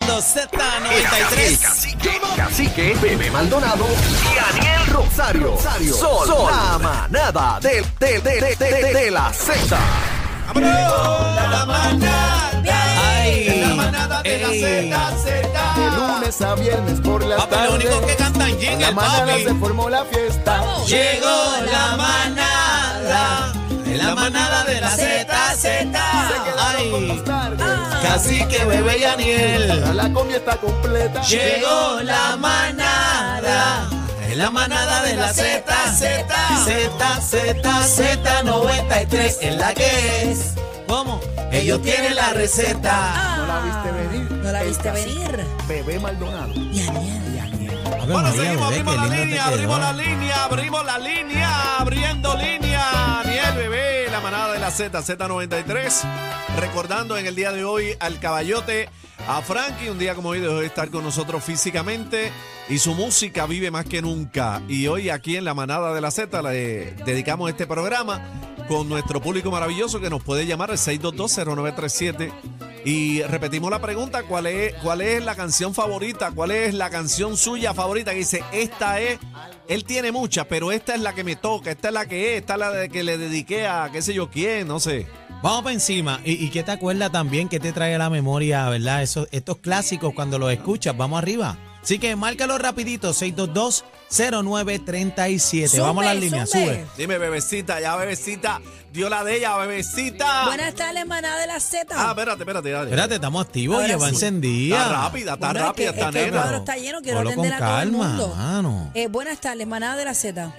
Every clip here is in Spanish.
escuchando El Z93. cacique, el cacique, Bebé Maldonado y Daniel Rosario. Rosario. Sol, Sol, la manada de, de, de, de, de, de- de la Z. Ay, ey. De lunes a viernes por la Papi, tarde. lo único que cantan en jingle, la manada papi. se formó la fiesta. Llegó la manada, la manada de la Z, Se quedaron con Ay, las tardes. casi que bebé y Ahora Aniel. La comida está completa. Llegó la manada, la manada de la Z, Z, Z, Z, Z 93 en la que es. ¿Cómo? Ah. Ellos tienen la receta. No la viste venir. Ah. No la El viste cacique, venir. Bebé Maldonado. Y Aniel. Bueno, seguimos, abrimos la línea, abrimos la línea, abrimos la línea, abriendo línea. Daniel bebé, la manada de la Z, Z93. Recordando en el día de hoy al caballote, a Frankie, un día como hoy dejó de estar con nosotros físicamente y su música vive más que nunca. Y hoy aquí en la manada de la Z le dedicamos este programa con nuestro público maravilloso que nos puede llamar al 6220937. Y repetimos la pregunta, ¿cuál es, ¿cuál es la canción favorita? ¿Cuál es la canción suya favorita? Que dice, esta es, él tiene muchas, pero esta es la que me toca, esta es la que es, esta es la de que le dediqué a qué sé yo quién, no sé. Vamos para encima. ¿Y, y qué te acuerdas también? ¿Qué te trae a la memoria, verdad? Esos, estos clásicos cuando los escuchas. Vamos arriba. Así que márcalo rapidito, 622-0937. Vamos a las Sube, líneas, sube. sube. Dime, bebecita, ya bebecita, dio la de ella, bebecita. Buenas tardes, manada de la Z. Ah, espérate, espérate, dale. Espérate, estamos activos, Ahora lleva sí. encendida. Está rápida, está Bueno, es que- rápida esta es que el nena. cuadro está lleno, quiero Ponlo atender con a todo el calma, mundo. mano. Eh, buenas tardes, manada de la Z.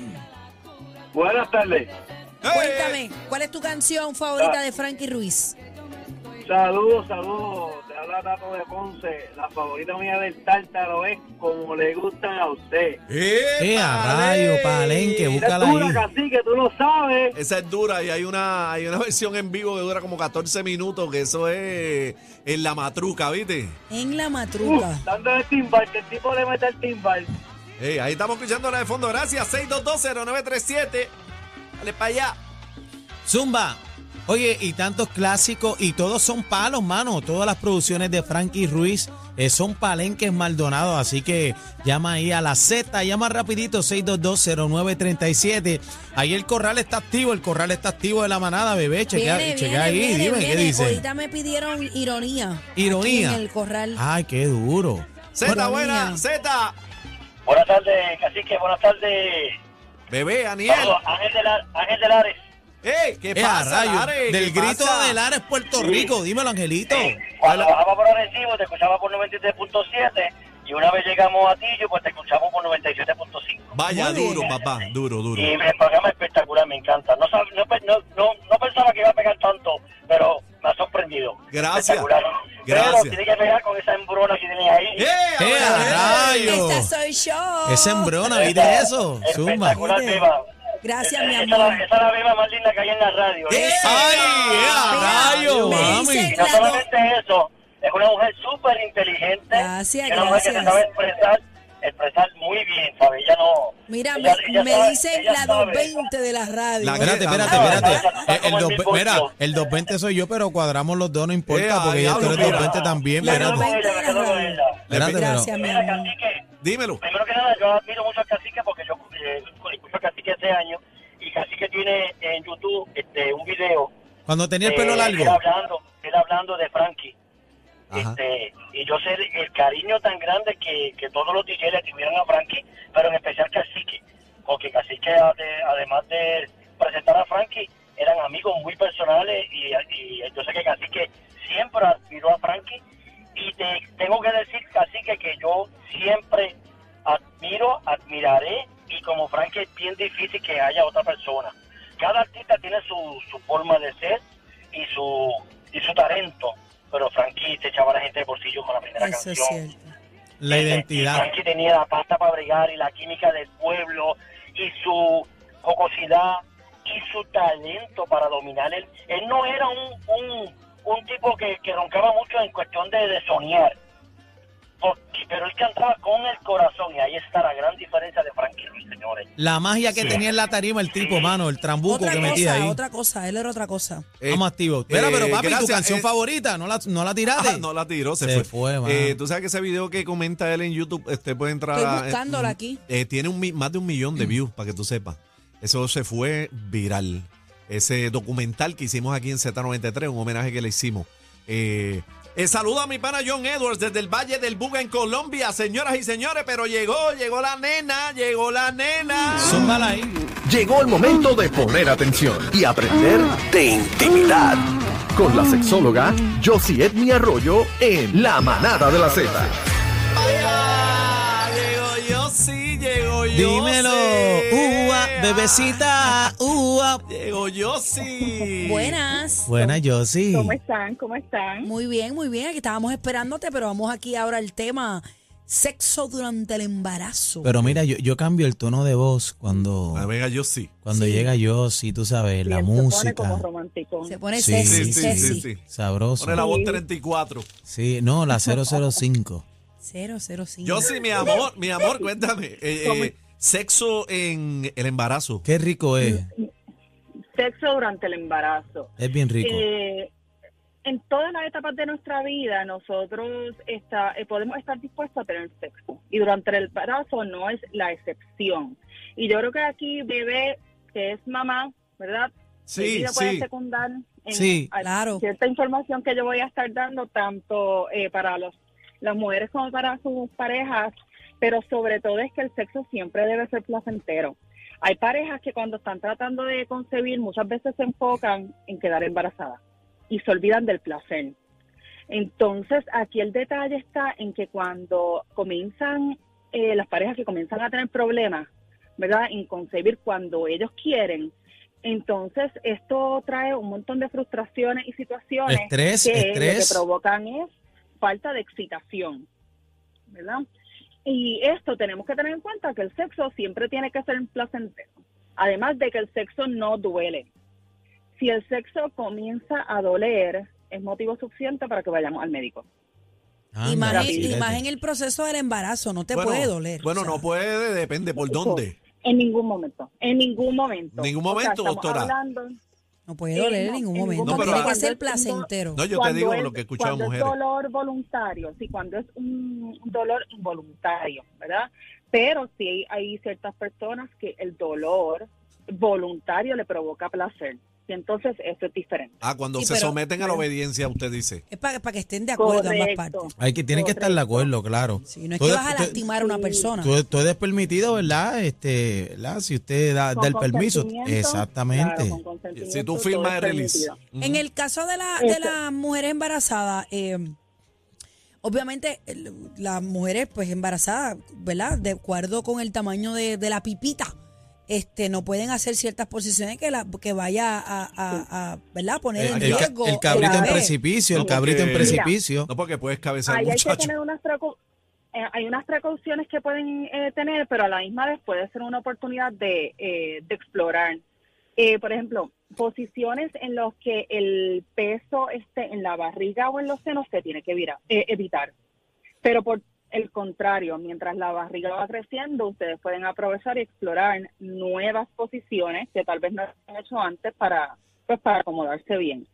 Buenas tardes. ¡Eh! Cuéntame, ¿cuál es tu canción favorita de Frankie Ruiz? Saludos, saludos. Te habla Tato de Ponce. La favorita mía del tártaro es como le gustan a usted. ¡Eh, a rayo, palenque! Es Búscala dura, ahí. cacique, tú lo sabes. Esa es dura y hay una, hay una versión en vivo que dura como 14 minutos, que eso es en la matruca, ¿viste? En la Uf, matruca. dando el timbal, que el tipo le mete el timbal. Eh, ahí estamos escuchando la de fondo, gracias. 6220937. Dale para allá. Zumba. Oye, y tantos clásicos, y todos son palos, mano. Todas las producciones de Frankie Ruiz eh, son palenques maldonados. Así que llama ahí a la Z, llama rapidito 6220937. Ahí el corral está activo, el corral está activo de la manada, bebé. Chequea, Viene, viene, chequea ahí, viene, dime, ¿qué viene. dice? Ahorita me pidieron ironía. aquí Ironía. en el corral. Ay, qué duro. Z, Bueno, buena, mía. Z. Buenas tardes, cacique. Buenas tardes. Bebé, Aniel. Ángel de, Ángel de Lares. ¡Eh! ¿Qué Eh, a pasa, rayos, Lares? Del ¿Qué grito pasa? de Lares, Puerto Rico. Dímelo, Angelito. Cuando bajaba por Arecibo te escuchaba por 93.7 y una vez llegamos a Tillo pues te escuchamos por 97.5. Vaya Muy bien. duro, papá. Duro, duro. Y el programa es espectacular, me encanta. No, sab- no, pe- no, no, no pensaba que iba a pegar tanto, pero me ha sorprendido. Gracias. Espectacular. Gracias. Pero tiene que pegar con esa embrona que tiene ahí. ¡Eh! Eh, ahora, a eh. rayos. Esta soy yo. Es embrona, ¿viste eso? Zumba. Espectacular, Mire. viva. Gracias, Esa- mi esa amor. la- Esa es la viva más linda que hay en la radio. ¡Eh! Esa. ¡Ay, Mira, eh, a rayos, me mami! dice Y no la do- solamente eso, es una mujer súper inteligente. Gracias, es una mujer que se gracias. sabe expresar, expresar muy bien, ¿sabes? Ella no. Mira, ella- me, ella me sabe- dicen ella la sabe. 220 de la radio. La- Espérate, espérate, Ah, espérate. está Eh, El, como el 220 mira, bizcocho. el 220 soy yo, pero cuadramos los dos, no importa, Eh, porque ya tú diablo, eres mira. 220 también. La Me quedo Espérate, con espérate, noventa. ella, me quedo con ella. pero- Gracias, mi Mira, amor. cacique, Dímelo. Primero que nada, yo admiro mucho a Cacique porque yo eh, escucho a Cacique este año y Cacique tiene en YouTube este, un video. Cuando tenía el pelo eh, largo. Él hablando, él hablando de Frankie. Ajá. Este, y yo sé el, el cariño tan grande que, que todos los DJs le tuvieron a Frankie, pero en especial Cacique. Porque Cacique, ade- además de presentar a Frankie, eran amigos muy personales y, y yo sé que Cacique siempre admiró a Frankie. Y te tengo que decir, Cacique, que yo siempre admiro, admiraré y como Frankie es bien difícil que haya otra persona. Cada artista tiene su, su forma de ser y su, y su talento, pero Frankie se echaba a la gente de bolsillo con la primera Eso es canción. cierto. La eh, Este, identidad. Frankie tenía la pasta para bregar y la química del pueblo y su jocosidad y su talento para dominar. Él, él no era un, un, un tipo que, que roncaba mucho en cuestión de, de soñar. porque- pero él cantaba con el corazón y ahí está la gran diferencia de Frankie Ruiz, señores. La magia que tenía en la tarima el tipo, mano, el trambuco Otra que metía cosa, ahí. otra cosa. Él era otra cosa. Eh, Vamos activos. eh, Espera, pero papi, tu gracias, canción eh. favorita, no la, no la tiraste. Ah, no la tiró, se, Se fue, mano. Eh, Tú sabes que ese video que comenta él en YouTube, usted puede entrar. Estoy a- buscándola eh, aquí. Mm. eh, tiene un, mi- más de un millón de views, para que tú sepas. Eso se fue viral. Ese documental que hicimos aquí en Z93, un homenaje que le hicimos. Eh, eh, saludo a mi pana John Edwards desde el Valle del Buga en Colombia, señoras y señores, pero llegó, llegó la nena, llegó la nena. Zúmbala ahí. Llegó el momento de poner atención y aprender de intimidad con la sexóloga Josie Edmi Arroyo en La Manada de la Z. Vaya, llegó yo, sí, llegó yo. Dímelo. sí. Ah. Uva, bebecita, uva. Llegó yo, sí. Buenas. Buena, yo sí. ¿Cómo están? ¿Cómo están? Muy bien, muy bien. Aquí estábamos esperándote, pero vamos aquí ahora al tema sexo durante el embarazo. Pero mira, yo, yo cambio el tono de voz cuando, Ah, venga, yo sí. cuando llega yo, sí, tú sabes, la Bien, Se pone música. como romántico. Se pone Sí, sexy, sí, sí, sexy. sí, sí. Sabroso. Pone la voz 34. Sí, no, la 005. 005. Yo sí, mi amor, mi amor, cuéntame. eh, eh, sexo en el embarazo. Qué rico es. Sexo durante el embarazo. Es bien rico. Eh, en todas las etapas de nuestra vida, nosotros está- eh, podemos estar dispuestos a tener sexo. Y durante el embarazo no es la excepción. Y yo creo que aquí, bebé, que es mamá, ¿verdad? Sí, Ella puede sí. secundar en Sí, a- claro. cierta información que yo voy a estar dando tanto eh, para los, las mujeres como para sus parejas, pero sobre todo es que el sexo siempre debe ser placentero. Hay parejas que cuando están tratando de concebir muchas veces se enfocan en quedar embarazadas y se olvidan del placer. Entonces aquí el detalle está en que cuando comienzan eh, las parejas que comienzan a tener problemas, ¿verdad? En concebir cuando ellos quieren, entonces esto trae un montón de frustraciones y situaciones Estrés, que estrés. lo que provocan es falta de excitación, ¿verdad? Y esto tenemos que tener en cuenta que el sexo siempre tiene que ser placentero, además de que el sexo no duele. Si el sexo comienza a doler, es motivo suficiente para que vayamos al médico. Anda, y más, en, fíjate. y más en el proceso del embarazo, no te Bueno, puede doler. Bueno, o sea, no puede, depende por Ojo. dónde. En ningún momento, en ningún momento. Ningún O sea, momento, estamos doctora. hablando- No puede Sí, doler en no, ningún en momento. ningún Tiene que momento. ser placentero. No, yo te cuando digo es- lo que he escuchado de cuando mujeres. es dolor voluntario, sí, cuando es un dolor involuntario, ¿verdad? Pero sí hay, hay ciertas personas que el dolor voluntario le provoca placer. Y entonces esto es diferente. Ah, cuando Sí, se pero- someten a la obediencia, usted dice. Es para, para que estén de acuerdo ambas partes. Hay que, tienen que estar de acuerdo, claro. Sí, no es Todo que es- vas a todo- lastimar a una Sí. persona. Todo, todo es permitido, ¿verdad? Este, ¿verdad? Si usted da, da el permiso. Exactamente. Si tú firmas el release. Ujú. En el caso de la, de Este Eso. las mujeres embarazadas, eh, obviamente el- las mujeres pues embarazadas, ¿verdad? De acuerdo con el tamaño de, de la pipita, este, no pueden hacer ciertas posiciones que la que vaya a, a- a, ¿verdad? Poner en El, el ca- riesgo el cabrito en bebé. precipicio, el Ok. cabrito en Mira. precipicio. No, porque puedes cabezar Ahí al hay que muchacho. tener unas precau- eh, hay unas precauciones que pueden eh, tener, pero a la misma vez puede ser una oportunidad de, eh, de explorar. Eh, por ejemplo, posiciones en las que el peso esté en la barriga o en los senos se tiene que vira- eh, evitar. Pero por el contrario, mientras la barriga va creciendo, ustedes pueden aprovechar y explorar nuevas posiciones que tal vez no han hecho antes para, pues, para acomodarse bien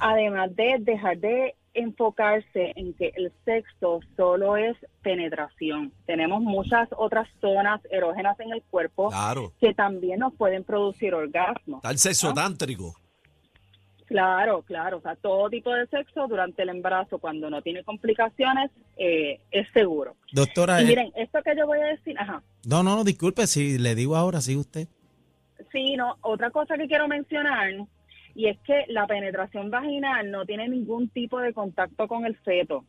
además de dejar de enfocarse en que el sexo solo es penetración. Tenemos muchas otras zonas erógenas en el cuerpo Claro. que también nos pueden producir orgasmos. Está el Ah. sexo tántrico. Claro, claro, o sea, todo tipo de sexo durante el embarazo, cuando no tiene complicaciones, eh, es seguro. Doctora, Y eh, miren, esto que yo voy a decir, ajá, no, no, no, disculpe, si le digo ahora, sí usted. Sí, no, otra cosa que quiero mencionar y es que la penetración vaginal no tiene ningún tipo de contacto con el feto.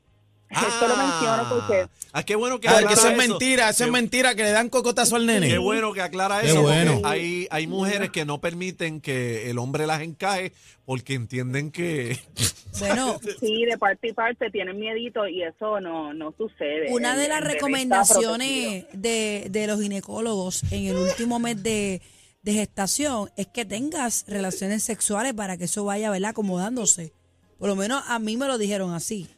Esto lo menciono porque Ah, qué bueno que Ah, que aclara eso es eso. mentira, eso Qué- es mentira, que le dan cocotazo al nene. Qué bueno que aclara Qué eso. porque bueno. Hay, hay mujeres que no permiten que el hombre las encaje porque entienden que. Bueno, sí, de parte y parte tienen miedito y eso no, no sucede. Una El- de el las bebé está recomendaciones de, de los ginecólogos en el último mes de, de gestación es que tengas relaciones sexuales para que eso vaya ¿verdad? acomodándose. Por lo menos a mí me lo dijeron así.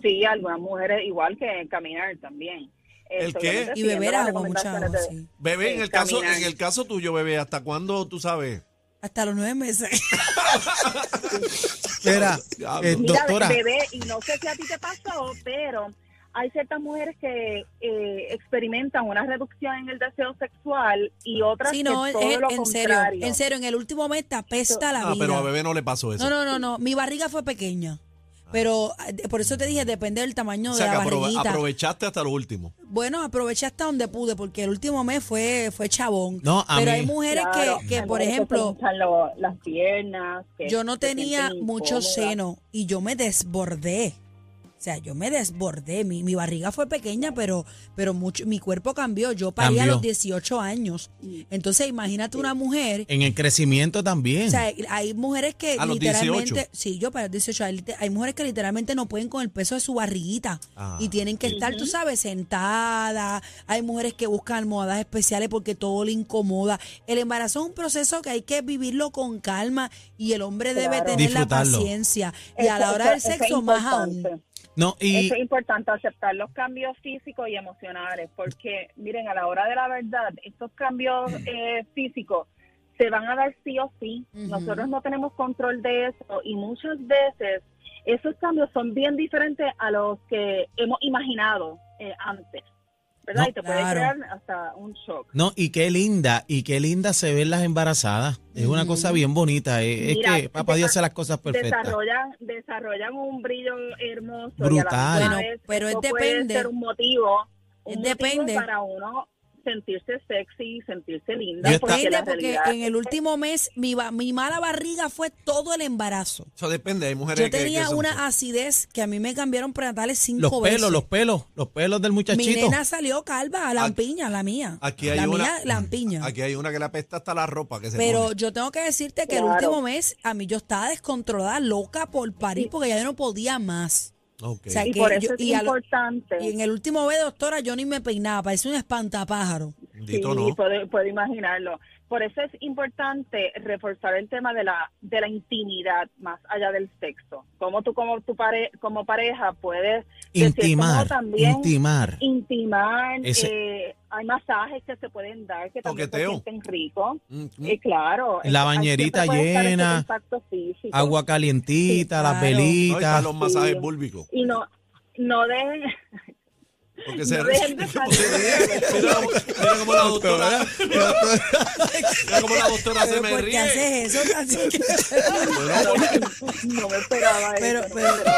Sí, algunas mujeres igual que caminar también. Eh, ¿El qué? obviamente Y siguiendo beber las agua, mucha agua, recomendaciones de- sí. Bebé, en Eh, el, caso, caminar. en el caso tuyo, bebé, ¿hasta cuándo tú sabes? Hasta los nueve meses. Mira, Diablo. eh, Mira, doctora, bebé, y no sé si a ti te pasó, pero hay ciertas mujeres que eh, experimentan una reducción en el deseo sexual y otras Sí, no, que en, todo lo en serio, contrario. en serio, en el último mes te apesta la Ah, vida. pero a bebé no le pasó eso. No, no, no, no. Mi barriga fue pequeña. Pero ah, de- por eso te dije, depende del tamaño o sea, de que la aprove- barriguita. aprovechaste hasta lo último. Bueno, aproveché hasta donde pude, porque el último mes fue, fue chabón. No, a pero mí- hay mujeres que- Claro, que, hay por mujeres se ejemplo, hinchan lo- las piernas. que yo no se tenía sienten mucho incómodas. seno y yo me desbordé. O sea, yo me desbordé. Mi, mi barriga fue pequeña, pero, pero mucho, mi cuerpo cambió. Yo parí a Cambió. los 18 años. Entonces, imagínate una mujer. en el crecimiento también. O sea, hay mujeres que A los literalmente. 18. Sí, yo para los 18. Hay, lite- hay mujeres que literalmente no pueden con el peso de su barriguita. Ah, y tienen que estar, tú sabes, sentadas. Hay mujeres que buscan almohadas especiales porque todo le incomoda. El embarazo es un proceso que hay que vivirlo con calma y el hombre debe Claro. tener la Disfrutarlo. paciencia. Y Eso- a la hora eso- del eso es sexo, más aún. importante. no, y Eso es importante, aceptar los cambios físicos y emocionales, porque miren, a la hora de la verdad, estos cambios eh, físicos se van a dar sí o sí. Ujú. Nosotros no tenemos control de eso y muchas veces esos cambios son bien diferentes a los que hemos imaginado eh, antes, ¿verdad? No, y te puede claro. crear hasta un shock. no, y qué linda, y qué linda se ven las embarazadas. Es una cosa bien bonita. eh, Es, Mira, que papá Dios desa- hace las cosas perfectas. Desarrollan, desarrollan un brillo hermoso. Brutal. Y a Bueno, la misma vez, pero es esto depende. Puede ser un motivo. Es Un motivo depende. para uno sentirse sexy, sentirse linda. Yo está- porque, la Depende, porque realidad en el último mes mi, ba- mi mala barriga fue todo el embarazo. Eso depende, hay mujeres Yo que- que tenía son- una acidez que a mí me cambiaron prenatales cinco Los veces. pelos, los pelos, los pelos del Mi muchachito. nena salió calva, lampiña, la mía. Aquí hay la una- mía, lampiña. Aquí hay una que le apesta hasta la ropa que se Pero pone. yo tengo que decirte que el Claro. último mes a mí yo estaba descontrolada, loca por París, porque ya yo no podía más. Ok. o sea, y que por eso yo- es y a lo- importante. Y en el último B, doctora, yo ni me peinaba, parecía un espantapájaro. Sí, Dito no. puedo, puedo imaginarlo. Por eso es importante reforzar el tema de la, de la intimidad más allá del sexo. Cómo tú como, tu pare, como pareja puedes de cierto modo, Intimar, también intimar. intimar. Ese- eh, hay masajes que se pueden dar que también se Toqueteo. sienten ricos. Mm, mm. Eh, claro. Mm-hmm. La hay- bañerita siempre puede estar ese llena, contacto físico. Agua calientita, Sí, las claro. Ahí están velitas. los masajes búlbicos. Y no, no dejen, Porque se no dejen de salir. Mira, cómo- mira cómo la doctora. mira cómo la doctora se Pero me ¿por qué ríe. haces eso? Así que- no me esperaba eso, Pero- pero- no me esperaba eso.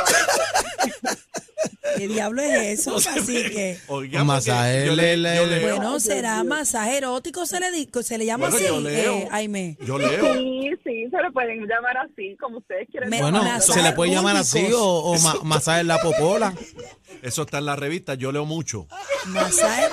¿Qué diablo es eso? Así que... Oiga, Un porque masaje, yo le- le- yo le- leo. Bueno, Dios será mío. masaje erótico, se le, di- se le llama Bueno, yo así, leo. eh, Aime. Yo leo. Sí, sí, se lo pueden llamar así, como ustedes quieren. Me- Bueno, llamarlo. se le puede llamar así o, o ma- masaje en la popola. Eso está en la revista, yo leo mucho. Masaje.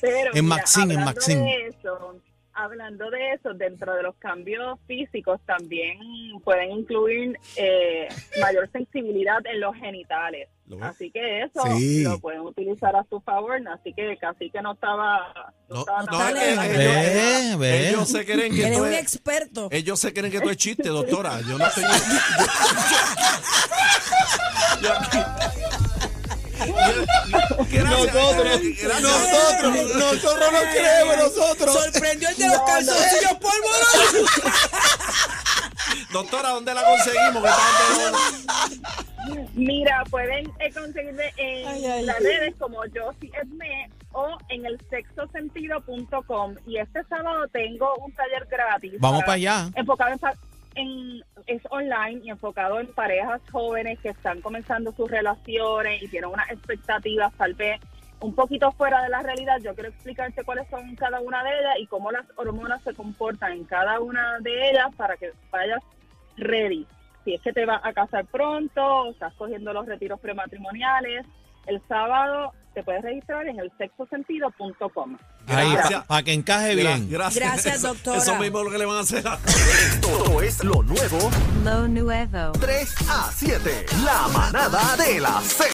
Pero En Maxine, en hablando Maxine. de eso, hablando de eso, dentro de los cambios físicos también pueden incluir eh, mayor sensibilidad en los genitales. ¿Lo ves? Así que eso Sí. lo pueden utilizar a su favor. Así que casi que no estaba. No, estaba no, tan eh, es mal. que- Ve, ve. Ellos se creen que Eres tú un es- experto. Ellos se creen que tú es chiste, doctora. Yo no estoy. Nosotros, nosotros, nosotros no creemos, nosotros. Sorprendió el de los calzoncillos polvorosos. Doctora, ¿dónde la conseguimos? Que tanto- Mira, pueden eh, conseguirme en Ay, ay, las ay. redes como yo sí Esme o en el sexosentido.com. Y este sábado tengo un taller gratis. Vamos para allá. Enfocado en, pa- en- es online y enfocado en parejas jóvenes que están comenzando sus relaciones y tienen unas expectativas tal vez un poquito fuera de la realidad. Yo quiero explicarte cuáles son cada una de ellas y cómo las hormonas se comportan en cada una de ellas para que vayas ready. Si es que te vas a casar pronto, o estás cogiendo los retiros prematrimoniales, el sábado te puedes registrar en el sexosentido.com. Ahí, Gracias. para que encaje bien. Gracias. Gracias, Eso- doctora. Eso mismo es lo que le van a hacer a. Todo es lo nuevo Lo nuevo. 3 a 7. La manada de la Z.